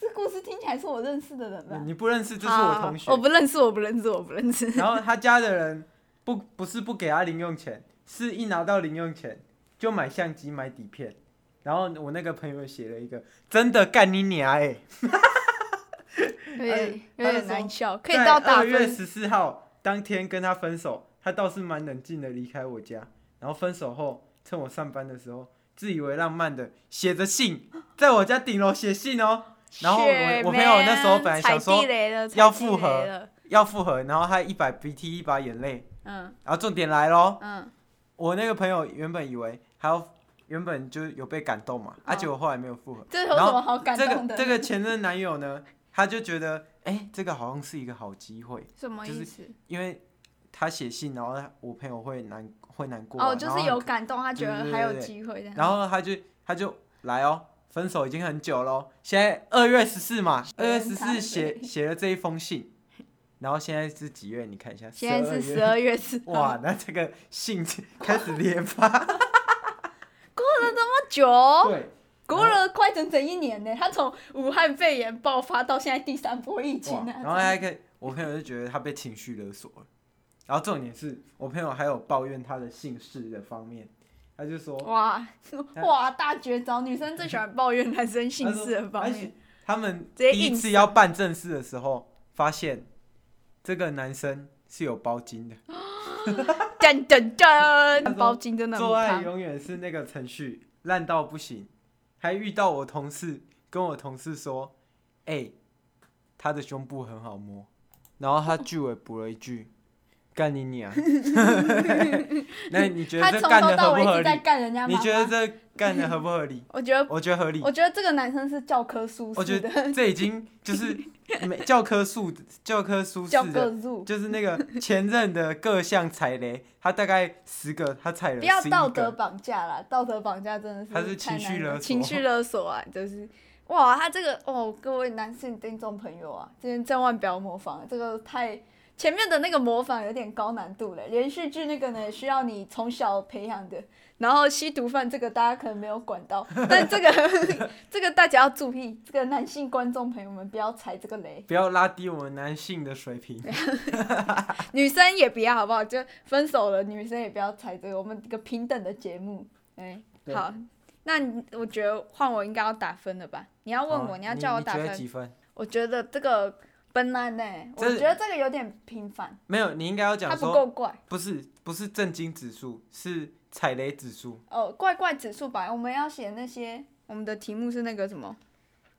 [SPEAKER 2] 这故事听起来是我认识的人吧？
[SPEAKER 1] 你不认识，这嗯是
[SPEAKER 2] 好
[SPEAKER 1] 我
[SPEAKER 2] 好
[SPEAKER 1] 同
[SPEAKER 2] 好
[SPEAKER 1] 学
[SPEAKER 2] 我。不认识，我不认识，我不认识。
[SPEAKER 1] 然后他家的人不不是不给他零用钱，是一拿到零用钱就买相机买底片。然后我那个朋友写了一个真的干你娘哎、欸！呃
[SPEAKER 2] 有点有
[SPEAKER 1] 他就
[SPEAKER 2] 点难
[SPEAKER 1] 说
[SPEAKER 2] 笑，可以到大
[SPEAKER 1] 二月
[SPEAKER 2] 分。
[SPEAKER 1] 十四号当天跟他分手，他倒是蛮冷静的离开我家。然后分手后，趁我上班的时候，自以为浪漫的写着信，在我家顶楼写信哦，然后我
[SPEAKER 2] 血
[SPEAKER 1] 我朋友那时候
[SPEAKER 2] man，
[SPEAKER 1] 本来
[SPEAKER 2] 踩
[SPEAKER 1] 想说
[SPEAKER 2] 地雷了踩
[SPEAKER 1] 要
[SPEAKER 2] 地
[SPEAKER 1] 复
[SPEAKER 2] 雷
[SPEAKER 1] 合
[SPEAKER 2] 了
[SPEAKER 1] 要复合，然后他一把鼻涕一把眼泪。
[SPEAKER 2] 嗯
[SPEAKER 1] 然后重点来咯，
[SPEAKER 2] 嗯，
[SPEAKER 1] 我那个朋友原本以为还要，原本就有被感动嘛，而且我后来没有复合。
[SPEAKER 2] 这有什么好嗯感
[SPEAKER 1] 这
[SPEAKER 2] 动
[SPEAKER 1] 个
[SPEAKER 2] 的？
[SPEAKER 1] 这个前任男友呢，他就觉得，哎、这个好像是一个好机会。
[SPEAKER 2] 什么
[SPEAKER 1] 就
[SPEAKER 2] 意
[SPEAKER 1] 是
[SPEAKER 2] 思？
[SPEAKER 1] 因为他写信，然后他我朋友会难会难过啊、
[SPEAKER 2] 哦，就
[SPEAKER 1] 然
[SPEAKER 2] 是
[SPEAKER 1] 后
[SPEAKER 2] 有感动，他觉
[SPEAKER 1] 对
[SPEAKER 2] 得
[SPEAKER 1] 对
[SPEAKER 2] 还有
[SPEAKER 1] 对对
[SPEAKER 2] 机会这样。
[SPEAKER 1] 然后他就他就来哦，分手已经很久喽，现在二月十四嘛，二月十四写写了这一封信，然后现在是几月？你看一下，
[SPEAKER 2] 现在
[SPEAKER 1] 12
[SPEAKER 2] 是十
[SPEAKER 1] 月。
[SPEAKER 2] 二月四号，
[SPEAKER 1] 哇，那这个信开始连 发，
[SPEAKER 2] 过了这么久。哦
[SPEAKER 1] 对，
[SPEAKER 2] 过了快整整一年呢，他从武汉肺炎爆发到现在第三波疫情
[SPEAKER 1] 哇，
[SPEAKER 2] 呢、
[SPEAKER 1] 然后还可以，我朋友就觉得他被情绪勒索了，然后重点是我朋友还有抱怨他的姓氏的方面，他就说，
[SPEAKER 2] 哇哇大绝招！女生最喜欢抱怨男生姓氏的方
[SPEAKER 1] 而且
[SPEAKER 2] 面，
[SPEAKER 1] 他哎们
[SPEAKER 2] 直接
[SPEAKER 1] 第一
[SPEAKER 2] 硬
[SPEAKER 1] 次要办正事的时候，发现这个男生是有包金的。
[SPEAKER 2] 噔噔
[SPEAKER 1] 说
[SPEAKER 2] 噔，包金真的很
[SPEAKER 1] 做爱
[SPEAKER 2] 胖。
[SPEAKER 1] 永远是那个程序烂到不行，还遇到我同事跟我同事说：“哎、他的胸部很好摸。”然后他句尾补了一句：“干你娘！” 那你觉
[SPEAKER 2] 他
[SPEAKER 1] 得这
[SPEAKER 2] 从
[SPEAKER 1] 干
[SPEAKER 2] 头
[SPEAKER 1] 的
[SPEAKER 2] 到
[SPEAKER 1] 合不
[SPEAKER 2] 尾一
[SPEAKER 1] 合
[SPEAKER 2] 直
[SPEAKER 1] 理
[SPEAKER 2] 在？干人家妈
[SPEAKER 1] 你
[SPEAKER 2] 妈。
[SPEAKER 1] 觉得这干的合不合
[SPEAKER 2] ？
[SPEAKER 1] 理
[SPEAKER 2] 我觉得，
[SPEAKER 1] 我觉得合理。
[SPEAKER 2] 我觉得这个男生是教科书
[SPEAKER 1] 我
[SPEAKER 2] 式
[SPEAKER 1] 觉
[SPEAKER 2] 的，
[SPEAKER 1] 得这已经 就是没教科书教科书式
[SPEAKER 2] 教科
[SPEAKER 1] 的，
[SPEAKER 2] 书，
[SPEAKER 1] 就是那个前任的各项踩雷，他大概十个他踩了
[SPEAKER 2] 不要
[SPEAKER 1] 11
[SPEAKER 2] 道德
[SPEAKER 1] 个，
[SPEAKER 2] 绑架啦，道德绑架真的是
[SPEAKER 1] 他是
[SPEAKER 2] 太
[SPEAKER 1] 情绪
[SPEAKER 2] 难了
[SPEAKER 1] 勒索
[SPEAKER 2] 情绪勒索啊，就是哇，他这个哦，各位男性听众朋友啊，真的千万不要模仿，这个太前面的那个模仿有点高难度了，连续剧那个呢需要你从小培养的，然后吸毒犯这个大家可能没有管到，但这个 这个大家要注意，这个男性观众朋友们不要踩这个雷，
[SPEAKER 1] 不要拉低我们男性的水平。
[SPEAKER 2] 女生也不要好不好？就分手了，女生也不要踩这个，我们一个平等的节目，哎、
[SPEAKER 1] 对
[SPEAKER 2] 好，那你我觉得换我应该要打分了吧？你要问
[SPEAKER 1] 好
[SPEAKER 2] 我，
[SPEAKER 1] 哦你
[SPEAKER 2] 要叫我打
[SPEAKER 1] 你觉得
[SPEAKER 2] 分，
[SPEAKER 1] 几分？
[SPEAKER 2] 我觉得这个本来呢，我
[SPEAKER 1] 这是
[SPEAKER 2] 觉得这个有点平凡，
[SPEAKER 1] 没有，你应该要讲
[SPEAKER 2] 它不
[SPEAKER 1] 说
[SPEAKER 2] 够怪。
[SPEAKER 1] 不是不是震惊指数，是踩雷指数。
[SPEAKER 2] 哦，怪怪指数吧，我们要写那些，我们的题目是那个什么，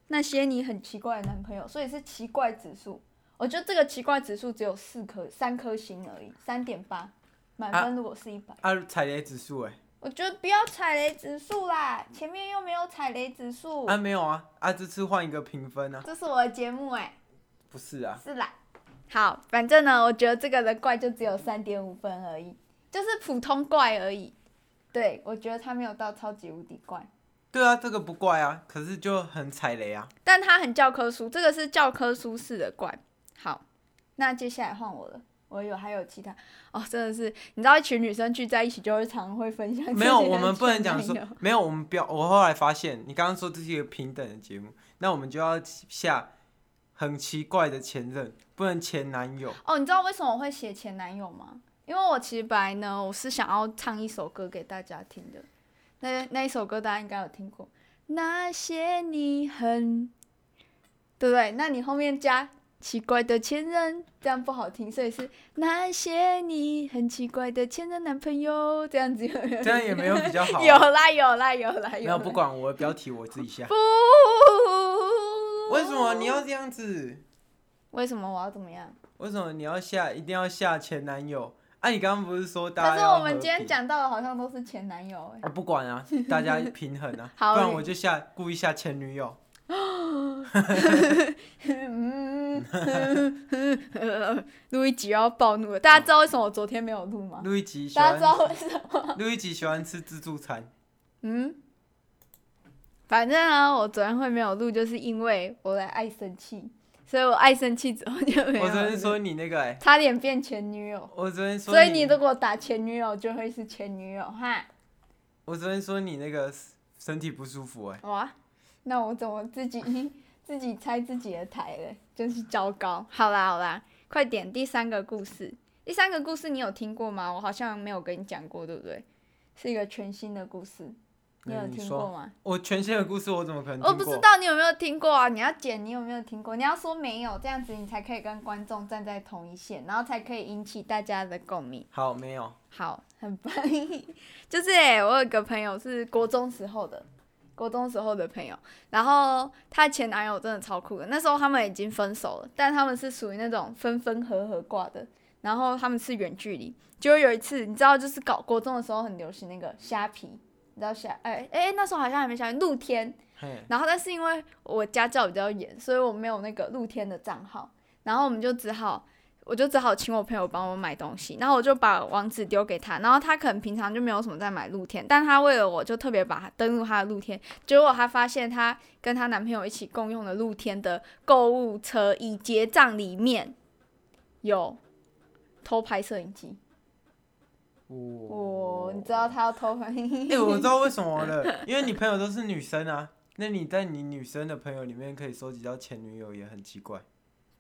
[SPEAKER 2] 那些你很奇怪的男朋友，所以是奇怪指数。我觉得这个奇怪指数只有四颗三颗星而已，三点八，满分如果是一百、
[SPEAKER 1] 啊，踩雷指数哎、
[SPEAKER 2] 我觉得不要踩雷指数啦，前面又没有踩雷指数，
[SPEAKER 1] 啊没有啊，啊这次换一个评分啊，
[SPEAKER 2] 这是我的节目哎、
[SPEAKER 1] 不是啊，
[SPEAKER 2] 是啦。好，反正呢，我觉得这个的怪就只有三点五分而已，就是普通怪而已。对，我觉得他没有到超级无敌怪。
[SPEAKER 1] 对啊，这个不怪啊，可是就很踩雷 啊。
[SPEAKER 2] 但它很教科书，这个是教科书式的怪。好，那接下来换我了。我有还有其他哦，真的是，你知道一群女生聚在一起就会常会分享。
[SPEAKER 1] 没有，我们不能讲说没有，我们不要。我后来发现，你刚刚说这是一个平等的节目，那我们就要下很奇怪的前任，不能前男友。
[SPEAKER 2] 哦，你知道为什么我会写前男友吗？因为我其实本来呢，我是想要唱一首歌给大家听的，那那一首歌大家应该有听过，那些你很，对不对？那你后面加奇怪的前任，这样不好听，所以是那些你很奇怪的前任男朋友，这样子有没有
[SPEAKER 1] 这样也没有比较好啊、
[SPEAKER 2] 有啦有啦有啦
[SPEAKER 1] 没
[SPEAKER 2] 有啦
[SPEAKER 1] 有，不管我的标题我自己下。
[SPEAKER 2] 不，
[SPEAKER 1] 为什么你要这样子？
[SPEAKER 2] 为什么我要怎么样？
[SPEAKER 1] 为什么你要下一定要下前男友？啊，你刚刚不是说大家
[SPEAKER 2] 可是
[SPEAKER 1] 要
[SPEAKER 2] 我们
[SPEAKER 1] 和
[SPEAKER 2] 今天
[SPEAKER 1] 平
[SPEAKER 2] 讲到的好像都是前男友哎、
[SPEAKER 1] 啊，不管 啊，大家平衡啊，
[SPEAKER 2] 好
[SPEAKER 1] 不然
[SPEAKER 2] 你
[SPEAKER 1] 我就下故意下前女友。
[SPEAKER 2] 嗯， 录一集要暴怒了。大家知道为什么我昨天没有录吗？
[SPEAKER 1] 录一集喜
[SPEAKER 2] 大家知道
[SPEAKER 1] 欢，
[SPEAKER 2] 为什么？
[SPEAKER 1] 录一集喜欢吃自助餐。
[SPEAKER 2] 嗯，反正啊，我昨天会没有录，就是因为我来爱生气，所以我爱生气之后就没有。
[SPEAKER 1] 我昨天说，你那个哎、
[SPEAKER 2] 差点变前女友，
[SPEAKER 1] 我昨天说，
[SPEAKER 2] 所以你如果打前女友就会是前女友哈。
[SPEAKER 1] 我昨天说你那个身体不舒服哎、
[SPEAKER 2] 哇，那我怎么自己 自己拆自己的台嘞？真是糟糕。好啦好啦，快点，第三个故事，第三个故事你有听过吗？我好像没有跟你讲过，对不对？是一个全新的故事，你有
[SPEAKER 1] 嗯你
[SPEAKER 2] 听
[SPEAKER 1] 说
[SPEAKER 2] 过吗？
[SPEAKER 1] 我全新的故事我怎么可能听过？
[SPEAKER 2] 我不知道你有没有听过啊！你要剪，你有没有听过？你要说没有，这样子你才可以跟观众站在同一线，然后才可以引起大家的共鸣。
[SPEAKER 1] 好，没有。
[SPEAKER 2] 好，很棒。就是、欸、我有个朋友是国中时候的，国中时候的朋友，然后她前男友真的超酷的。那时候他们已经分手了，但他们是属于那种分分合合挂的，然后他们是远距离。结果有一次，你知道，就是搞国中的时候很流行那个虾皮，你知道虾？哎、哎、那时候好像还没虾皮，露天。
[SPEAKER 1] 嘿，
[SPEAKER 2] 然后但是因为我家教比较严，所以我没有那个露天的账号，然后我们就只好。我就只好请我朋友帮我买东西，然后我就把网址丢给他，然后他可能平常就没有什么在买露天，但他为了我就特别把他登录他的露天，结果他发现他跟她男朋友一起共用的露天的购物车已结账里面有偷拍摄影机，
[SPEAKER 1] 我
[SPEAKER 2] 哦，你知道他要偷拍，
[SPEAKER 1] 哎、我知道为什么了，因为你朋友都是女生啊。那你在你女生的朋友里面可以收集到前女友也很奇怪。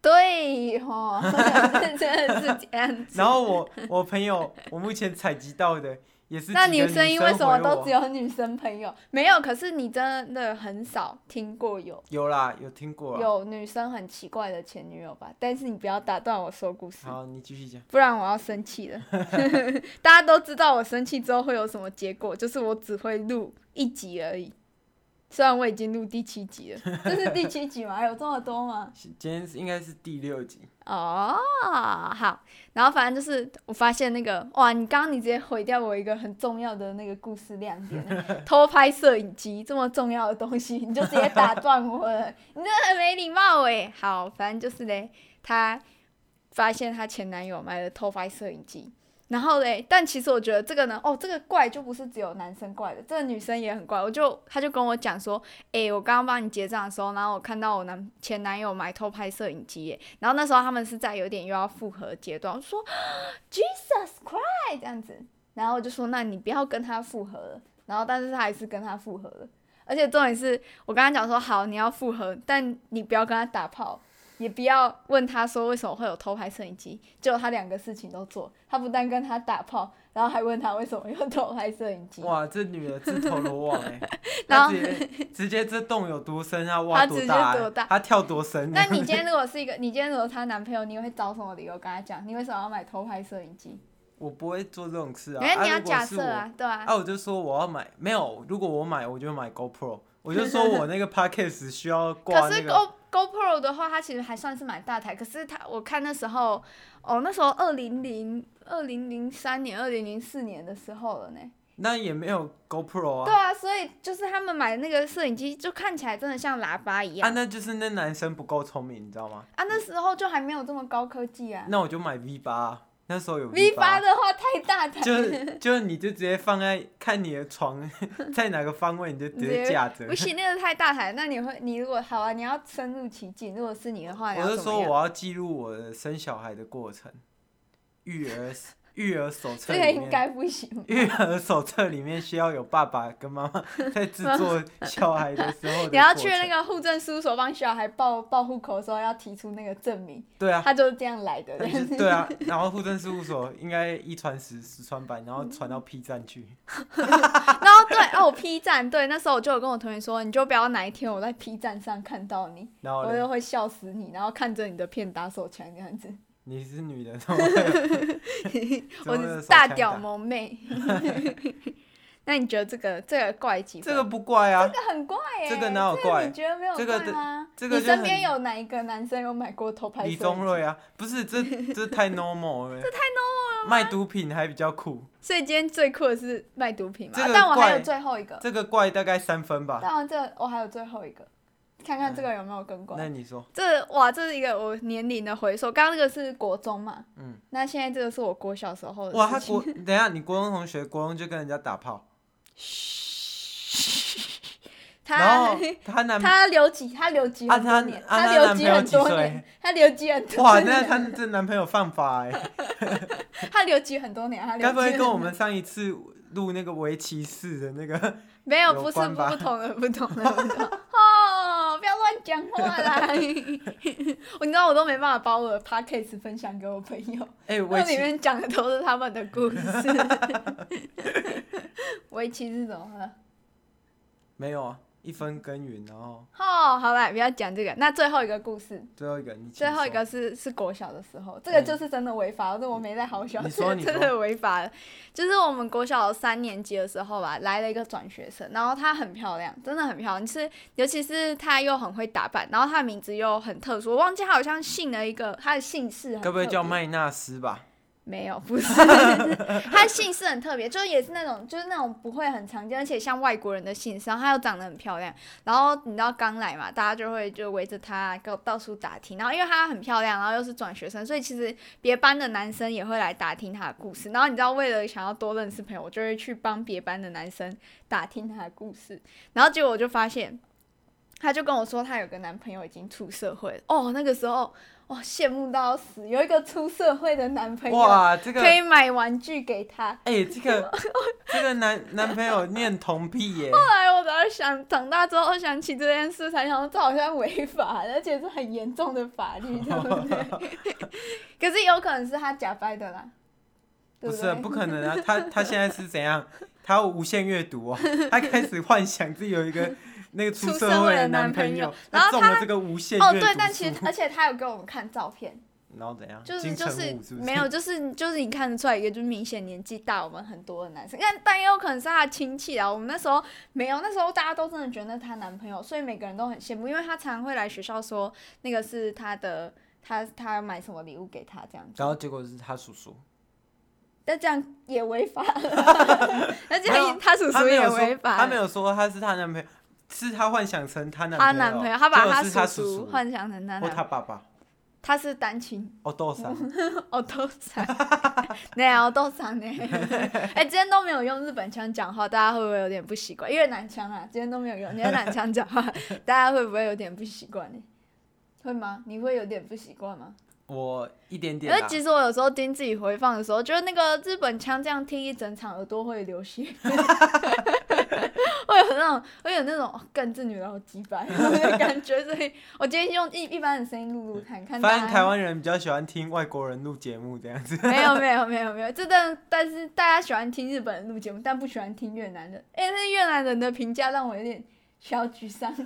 [SPEAKER 2] 对哦， 真的是这样子。
[SPEAKER 1] 然后我我朋友我目前采集到的也是
[SPEAKER 2] 那
[SPEAKER 1] 几个
[SPEAKER 2] 女
[SPEAKER 1] 女
[SPEAKER 2] 生因为什么
[SPEAKER 1] 回
[SPEAKER 2] 都
[SPEAKER 1] 我
[SPEAKER 2] 只有女生朋友？没有，可是你真的很少听过有
[SPEAKER 1] 有啦，有听过啦。
[SPEAKER 2] 有女生很奇怪的前女友吧？但是你不要打断我说故事，
[SPEAKER 1] 好，你继续讲。
[SPEAKER 2] 不然我要生气了。 大家都知道我生气之后会有什么结果，就是我只会录一集而已。虽然我已经录第七集了，这是第七集吗？有这么多吗？
[SPEAKER 1] 今天是应该是第六集，
[SPEAKER 2] 哦，好，然后反正就是我发现那个哇，你刚刚你直接毁掉我一个很重要的那个故事亮点，偷拍摄影机这么重要的东西，你就直接打断我了，你真的很没礼貌哎。好，反正就是嘞，她发现她前男友买了偷拍摄影机，然后嘞，但其实我觉得这个呢，哦，这个怪就不是只有男生怪的，这个女生也很怪。我就她就跟我讲说，诶，我刚刚帮你结账的时候，然后我看到我男前男友买偷拍摄影机耶，然后那时候他们是在有点又要复合阶段，我就说 Jesus Christ 这样子，然后我就说那你不要跟他复合了，然后但是他还是跟他复合了，而且重点是我跟他讲说好你要复合，但你不要跟他打炮，也不要问他说为什么会有偷拍摄影机，结果他两个事情都做，他不但跟他打炮，然后还问他为什么要偷拍摄影机，
[SPEAKER 1] 哇，这女的自投罗网哎、
[SPEAKER 2] 然后
[SPEAKER 1] 她直接直接这洞有多深，她
[SPEAKER 2] 她
[SPEAKER 1] 挖
[SPEAKER 2] 直
[SPEAKER 1] 多
[SPEAKER 2] 接
[SPEAKER 1] 大、
[SPEAKER 2] 多大
[SPEAKER 1] 欸，她跳多深、
[SPEAKER 2] 那你今天如果是一个，你 今天如果是她男朋友，你会找什么理由跟他讲？你为什么要买偷拍摄影机？
[SPEAKER 1] 我不会做这种事啊。
[SPEAKER 2] 因为你
[SPEAKER 1] 啊
[SPEAKER 2] 要
[SPEAKER 1] 如果
[SPEAKER 2] 假
[SPEAKER 1] 是
[SPEAKER 2] 设
[SPEAKER 1] 我，
[SPEAKER 2] 啊，对啊，
[SPEAKER 1] 啊，我就说我要买，没有，如果我买，我就买 GoPro，我就说我那个 Pockets 需要挂
[SPEAKER 2] 可
[SPEAKER 1] 那
[SPEAKER 2] 是
[SPEAKER 1] 个。
[SPEAKER 2] Go GoPro 的话，它其实还算是蛮大台，可是它我看那时候，哦，那时候二零零二零零三年、二零零四年的时候了呢。
[SPEAKER 1] 那也没有 GoPro
[SPEAKER 2] 对
[SPEAKER 1] 啊，
[SPEAKER 2] 啊，所以就是他们买那个摄影机，就看起来真的像喇叭一
[SPEAKER 1] 啊，
[SPEAKER 2] 样啊
[SPEAKER 1] 那就是那男生不够聪明，你知道吗？
[SPEAKER 2] 那时候就还没有这么高科技啊。
[SPEAKER 1] 那我就买 V 八，那时候有
[SPEAKER 2] V 八
[SPEAKER 1] 八，
[SPEAKER 2] 的话太大台，
[SPEAKER 1] 就是就是你就直接放在看你的床在哪个方位，你就直接架 着
[SPEAKER 2] 不。行，那个太大台。那你会，你如果好啊，你要深入其境。如果是你的话，你
[SPEAKER 1] 我
[SPEAKER 2] 要
[SPEAKER 1] 是
[SPEAKER 2] 怎
[SPEAKER 1] 说
[SPEAKER 2] 么样？
[SPEAKER 1] 我要记录我的生小孩的过程，育儿育儿手册
[SPEAKER 2] 这个
[SPEAKER 1] 里
[SPEAKER 2] 应
[SPEAKER 1] 面。
[SPEAKER 2] 该不行 吧。
[SPEAKER 1] 育儿手册里面需要有爸爸跟妈 妈在制作小孩的时候的
[SPEAKER 2] 你要
[SPEAKER 1] 过
[SPEAKER 2] 去
[SPEAKER 1] 程
[SPEAKER 2] 那个户政事务所帮小孩报报户口的时候，要提出那个证明，
[SPEAKER 1] 对 啊，
[SPEAKER 2] 他就是这样来的。
[SPEAKER 1] 那你 就对啊，然后户政事务所应该一传十，十传百，然后传
[SPEAKER 2] 嗯
[SPEAKER 1] 到 P 站去。啊
[SPEAKER 2] 然后对哦，P 站对，那时候我就有跟我同学说，你就不要哪一天我在 P 站上看到你，
[SPEAKER 1] 然后
[SPEAKER 2] 我
[SPEAKER 1] 嘞
[SPEAKER 2] 就会笑死你，然后看着你的片打手枪这 样子，
[SPEAKER 1] 你是女的， 怎么会有怎
[SPEAKER 2] 我
[SPEAKER 1] 么会
[SPEAKER 2] 只
[SPEAKER 1] 有
[SPEAKER 2] 是
[SPEAKER 1] 手
[SPEAKER 2] 大
[SPEAKER 1] 枪
[SPEAKER 2] 屌
[SPEAKER 1] 打
[SPEAKER 2] 萌妹。 那你觉得这个这个怪几分？
[SPEAKER 1] 这个不怪啊，
[SPEAKER 2] 这个很怪耶、
[SPEAKER 1] 这个哪有怪
[SPEAKER 2] 这个哎你觉得没有
[SPEAKER 1] 这个
[SPEAKER 2] 怪吗？
[SPEAKER 1] 这个
[SPEAKER 2] 你
[SPEAKER 1] 就
[SPEAKER 2] 身边
[SPEAKER 1] 很
[SPEAKER 2] 有哪一个男生有买过偷拍摄
[SPEAKER 1] 李
[SPEAKER 2] 影机？
[SPEAKER 1] 宗瑞啊，不是这这太 normal 了，这太 normal 了。卖毒品还比较酷，
[SPEAKER 2] 所以今天最酷的是卖毒品嘛？
[SPEAKER 1] 这个
[SPEAKER 2] 但我还有
[SPEAKER 1] 怪
[SPEAKER 2] 最后一个，
[SPEAKER 1] 这个怪大概三分吧。
[SPEAKER 2] 但我这我还有最后一个，看看这个有没有跟过。
[SPEAKER 1] 那你说，
[SPEAKER 2] 这哇，这是一个我年龄的回溯。刚刚那个是国中嘛，
[SPEAKER 1] 嗯，
[SPEAKER 2] 那现在这个是我国小时候的
[SPEAKER 1] 哇，
[SPEAKER 2] 事
[SPEAKER 1] 他
[SPEAKER 2] 情。
[SPEAKER 1] 国等一下你国中同学，国中就跟人家打炮，然
[SPEAKER 2] 他
[SPEAKER 1] 后她男
[SPEAKER 2] 啊 他留级，他留级
[SPEAKER 1] 啊
[SPEAKER 2] 很多年，
[SPEAKER 1] 他啊他
[SPEAKER 2] 留级
[SPEAKER 1] 男朋
[SPEAKER 2] 很
[SPEAKER 1] 友
[SPEAKER 2] 多
[SPEAKER 1] 几岁
[SPEAKER 2] 年，他留级很 多
[SPEAKER 1] 哇，那
[SPEAKER 2] 年，
[SPEAKER 1] 她这男朋友犯法哎，
[SPEAKER 2] 他留级很多年，他留
[SPEAKER 1] 该不
[SPEAKER 2] 级
[SPEAKER 1] 会
[SPEAKER 2] 很
[SPEAKER 1] 跟我
[SPEAKER 2] 多
[SPEAKER 1] 们上一次录那个围棋式的那个？
[SPEAKER 2] 没有，
[SPEAKER 1] 有
[SPEAKER 2] 不是
[SPEAKER 1] 关
[SPEAKER 2] 不
[SPEAKER 1] 吧
[SPEAKER 2] 不同的，不同的，不同的哦，不要乱讲话啦！ 我你知道我都没办法把我的 podcast 分享给我朋 友，
[SPEAKER 1] 哎，围
[SPEAKER 2] 那里
[SPEAKER 1] 棋
[SPEAKER 2] 面讲的都是他们的故事。 围棋是怎么了？
[SPEAKER 1] 没有啊，一分耕耘，然后
[SPEAKER 2] 哦，好啦，不要讲这个。那最后一个故事，
[SPEAKER 1] 最后一个你请
[SPEAKER 2] 最后一
[SPEAKER 1] 说
[SPEAKER 2] 个是是国小的时候，这个就是真的违法，这我没在好小，
[SPEAKER 1] 嗯你
[SPEAKER 2] 这
[SPEAKER 1] 说
[SPEAKER 2] 个
[SPEAKER 1] 你
[SPEAKER 2] 真的违法了。就是我们国小三年级的时候吧，来了一个转学生，然后她很漂亮，真的很漂亮，是尤其是她又很会打扮，然后她的名字又很特殊，我忘记她好像姓了一个她的姓氏很
[SPEAKER 1] 该
[SPEAKER 2] 特别，
[SPEAKER 1] 不会叫麦纳斯吧？
[SPEAKER 2] 没有，不是，他姓氏很特别，就是也是那种，就是那种不会很常见，而且像外国人的姓氏，然后他又长得很漂亮，然后你知道刚来嘛，大家就会就围着他到到处打听，然后因为她很漂亮，然后又是转学生，所以其实别班的男生也会来打听她的故事，然后你知道为了想要多认识朋友，我就会去帮别班的男生打听她的故事，然后结果我就发现，她就跟我说她有个男朋友已经出社会了，哦，那个时候。哇，羡慕到要死！有一个出社会的男朋友，
[SPEAKER 1] 哇，这个
[SPEAKER 2] 可以买玩具给他。
[SPEAKER 1] 哎、这个这个男男朋友念童癖耶、
[SPEAKER 2] 后来我早想长大之后想起这件事，才想到这好像违法，而且是很严重的法 律，对不对？可是有可能是他假掰的啦，对
[SPEAKER 1] 不
[SPEAKER 2] 不
[SPEAKER 1] 是
[SPEAKER 2] 对？
[SPEAKER 1] 不可能啊！他他现在是怎样？他有无限阅读哦，他开始幻想自己有一个那个出
[SPEAKER 2] 出
[SPEAKER 1] 社
[SPEAKER 2] 社
[SPEAKER 1] 会
[SPEAKER 2] 会
[SPEAKER 1] 的
[SPEAKER 2] 的
[SPEAKER 1] 男
[SPEAKER 2] 男
[SPEAKER 1] 朋
[SPEAKER 2] 朋
[SPEAKER 1] 友
[SPEAKER 2] 友，然后
[SPEAKER 1] 中
[SPEAKER 2] 他
[SPEAKER 1] 了这个无限阅
[SPEAKER 2] 哦，
[SPEAKER 1] 读
[SPEAKER 2] 对，但其实
[SPEAKER 1] 术
[SPEAKER 2] 而且他有给我们看照片，
[SPEAKER 1] 然后怎样？
[SPEAKER 2] 就是
[SPEAKER 1] 啊金
[SPEAKER 2] 就
[SPEAKER 1] 城
[SPEAKER 2] 是
[SPEAKER 1] 武是不是
[SPEAKER 2] 没有，就是 就是你看得出来一个就是明显年纪大我们很多的男生，但但也有可能是他的亲戚啊。我们那时候没有，那时候大家都真的觉得那是她男朋友，所以每个人都很羡慕，因为她常会来学校说那个是她的，她她买什么礼物给她这样子。
[SPEAKER 1] 然后结果是他叔叔，
[SPEAKER 2] 但这样也违法了， 那这
[SPEAKER 1] 没有
[SPEAKER 2] 样他叔
[SPEAKER 1] 他
[SPEAKER 2] 叔
[SPEAKER 1] 没
[SPEAKER 2] 也
[SPEAKER 1] 有说
[SPEAKER 2] 违法了。
[SPEAKER 1] 他没有说他是他男朋友，是他幻想成他男
[SPEAKER 2] 她
[SPEAKER 1] 朋友，
[SPEAKER 2] 男朋友，她把
[SPEAKER 1] 结果
[SPEAKER 2] 她
[SPEAKER 1] 是他
[SPEAKER 2] 叔
[SPEAKER 1] 叔
[SPEAKER 2] 叔幻想成她
[SPEAKER 1] 或
[SPEAKER 2] 男
[SPEAKER 1] 他爸爸，
[SPEAKER 2] 他是单亲，
[SPEAKER 1] 哦，豆沙，
[SPEAKER 2] 哦，都惨，那哦都惨呢。哎，今天都没有用日本腔讲话，大家会不会有点不习惯？越南腔啊，今天都没有用越南腔讲话，大家会不会有点不习惯呢？会吗？你会有点不习惯吗？
[SPEAKER 1] 我一点
[SPEAKER 2] 因
[SPEAKER 1] 点啊
[SPEAKER 2] 为
[SPEAKER 1] 啦。
[SPEAKER 2] 其实我有时候听自己回放的时候，就是那个日本腔这样听一整场，耳朵会流血， 会有那种会有那种哦干、这女的好鸡掰的感觉，所以我今天用一一般的声音录录看，看
[SPEAKER 1] 反
[SPEAKER 2] 大
[SPEAKER 1] 正台
[SPEAKER 2] 家。
[SPEAKER 1] 湾人比较喜欢听外国人录节目这样子。
[SPEAKER 2] 没有没有没有没有，这但但是大家喜欢听日本人录节目，但不喜欢听越南人。哎、那越南人的评价让我有点小沮丧。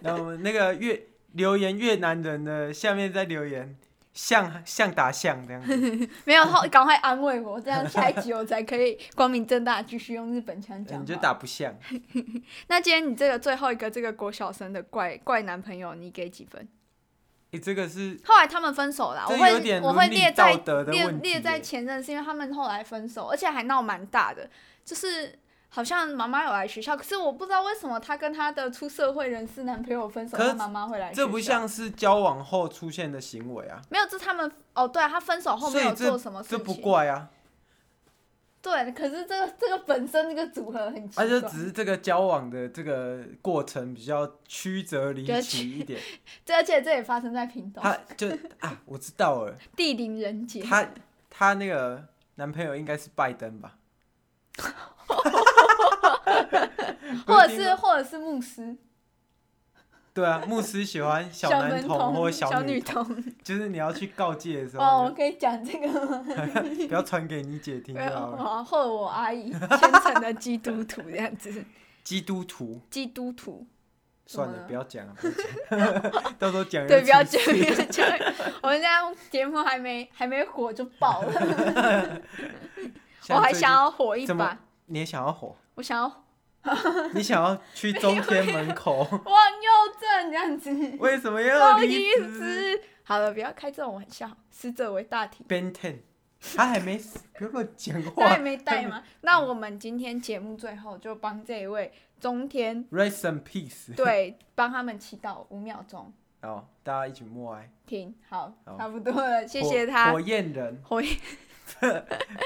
[SPEAKER 1] 然后那个越留言越南人的下面再留言，像像打像这样子。
[SPEAKER 2] 没有，后赶快安慰我，这样下一集我才可以光明正大地继续用日本腔讲话。
[SPEAKER 1] 你就打不像，
[SPEAKER 2] 那今天你这个最后一个这个国小生的怪怪男朋友，你给几分？
[SPEAKER 1] 你、这个是
[SPEAKER 2] 后来他们分手了，我
[SPEAKER 1] 这有
[SPEAKER 2] 会
[SPEAKER 1] 点
[SPEAKER 2] 我
[SPEAKER 1] 伦
[SPEAKER 2] 会
[SPEAKER 1] 理
[SPEAKER 2] 列
[SPEAKER 1] 道
[SPEAKER 2] 在
[SPEAKER 1] 德的
[SPEAKER 2] 列
[SPEAKER 1] 问题
[SPEAKER 2] 列在
[SPEAKER 1] 耶
[SPEAKER 2] 前任，是因为他们后来分手，而且还闹蛮大的，就是好像妈妈有来学校，可是我不知道为什么她跟她的出社会人士男朋友分手，
[SPEAKER 1] 可是
[SPEAKER 2] 她妈妈会来学校。
[SPEAKER 1] 这不像是交往后出现的行为啊，
[SPEAKER 2] 没有，这他们哦，对、啊，他分手后
[SPEAKER 1] 所
[SPEAKER 2] 没
[SPEAKER 1] 以
[SPEAKER 2] 有做什么事
[SPEAKER 1] 这
[SPEAKER 2] 情，
[SPEAKER 1] 不怪啊，
[SPEAKER 2] 对，可是这个这个本身这个组合很奇怪，
[SPEAKER 1] 而且啊只是这个交往的这个过程比较曲折离
[SPEAKER 2] 比较
[SPEAKER 1] 奇一 点。
[SPEAKER 2] 这而且这也发生在屏东
[SPEAKER 1] 他就啊，我知道了，
[SPEAKER 2] 地灵人杰，
[SPEAKER 1] 他他那个男朋友应该是拜登 吧，不一定
[SPEAKER 2] 或者是
[SPEAKER 1] 啊
[SPEAKER 2] 或者是牧师。
[SPEAKER 1] 对啊，牧师喜欢小男
[SPEAKER 2] 门童
[SPEAKER 1] 童或
[SPEAKER 2] 小
[SPEAKER 1] 女，
[SPEAKER 2] 童。
[SPEAKER 1] 就是你要去告诫的时
[SPEAKER 2] 哦，我
[SPEAKER 1] 候，
[SPEAKER 2] 可以讲这个吗？
[SPEAKER 1] 不要传给你姐听就好了。
[SPEAKER 2] 然后 我阿姨虔诚的基督徒这样子，
[SPEAKER 1] 基督徒
[SPEAKER 2] 基督徒。怎么
[SPEAKER 1] 算了，
[SPEAKER 2] 了
[SPEAKER 1] 不要讲了，不要讲 到时候讲
[SPEAKER 2] 对，
[SPEAKER 1] 人
[SPEAKER 2] 不要
[SPEAKER 1] 家
[SPEAKER 2] 讲，不要讲。 我们这样节目还没还没火就 爆了，我还想要火一
[SPEAKER 1] 怎么
[SPEAKER 2] 把，
[SPEAKER 1] 你也想要火，
[SPEAKER 2] 我想要
[SPEAKER 1] 你想要去中天门 口，
[SPEAKER 2] 我很幼症这样子。
[SPEAKER 1] 为什么
[SPEAKER 2] 我
[SPEAKER 1] 要
[SPEAKER 2] 已
[SPEAKER 1] 离
[SPEAKER 2] 经
[SPEAKER 1] 职
[SPEAKER 2] 死。好了，不要开这种玩笑，死者为大体。
[SPEAKER 1] ？Ben Ten，他还没死，不要乱讲
[SPEAKER 2] 他也
[SPEAKER 1] 话。
[SPEAKER 2] 没带吗？那我们今天节目最后就帮这一位中天
[SPEAKER 1] Rest in peace。
[SPEAKER 2] 对，帮他们祈祷五秒钟，
[SPEAKER 1] 好，大家一起默哀。
[SPEAKER 2] 停，好，
[SPEAKER 1] 好
[SPEAKER 2] 差不多了，谢
[SPEAKER 1] 火
[SPEAKER 2] 谢他
[SPEAKER 1] 火。焰人
[SPEAKER 2] 回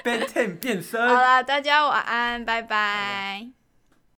[SPEAKER 1] Ben Ten 变身
[SPEAKER 2] 好。啦，大家晚安，拜拜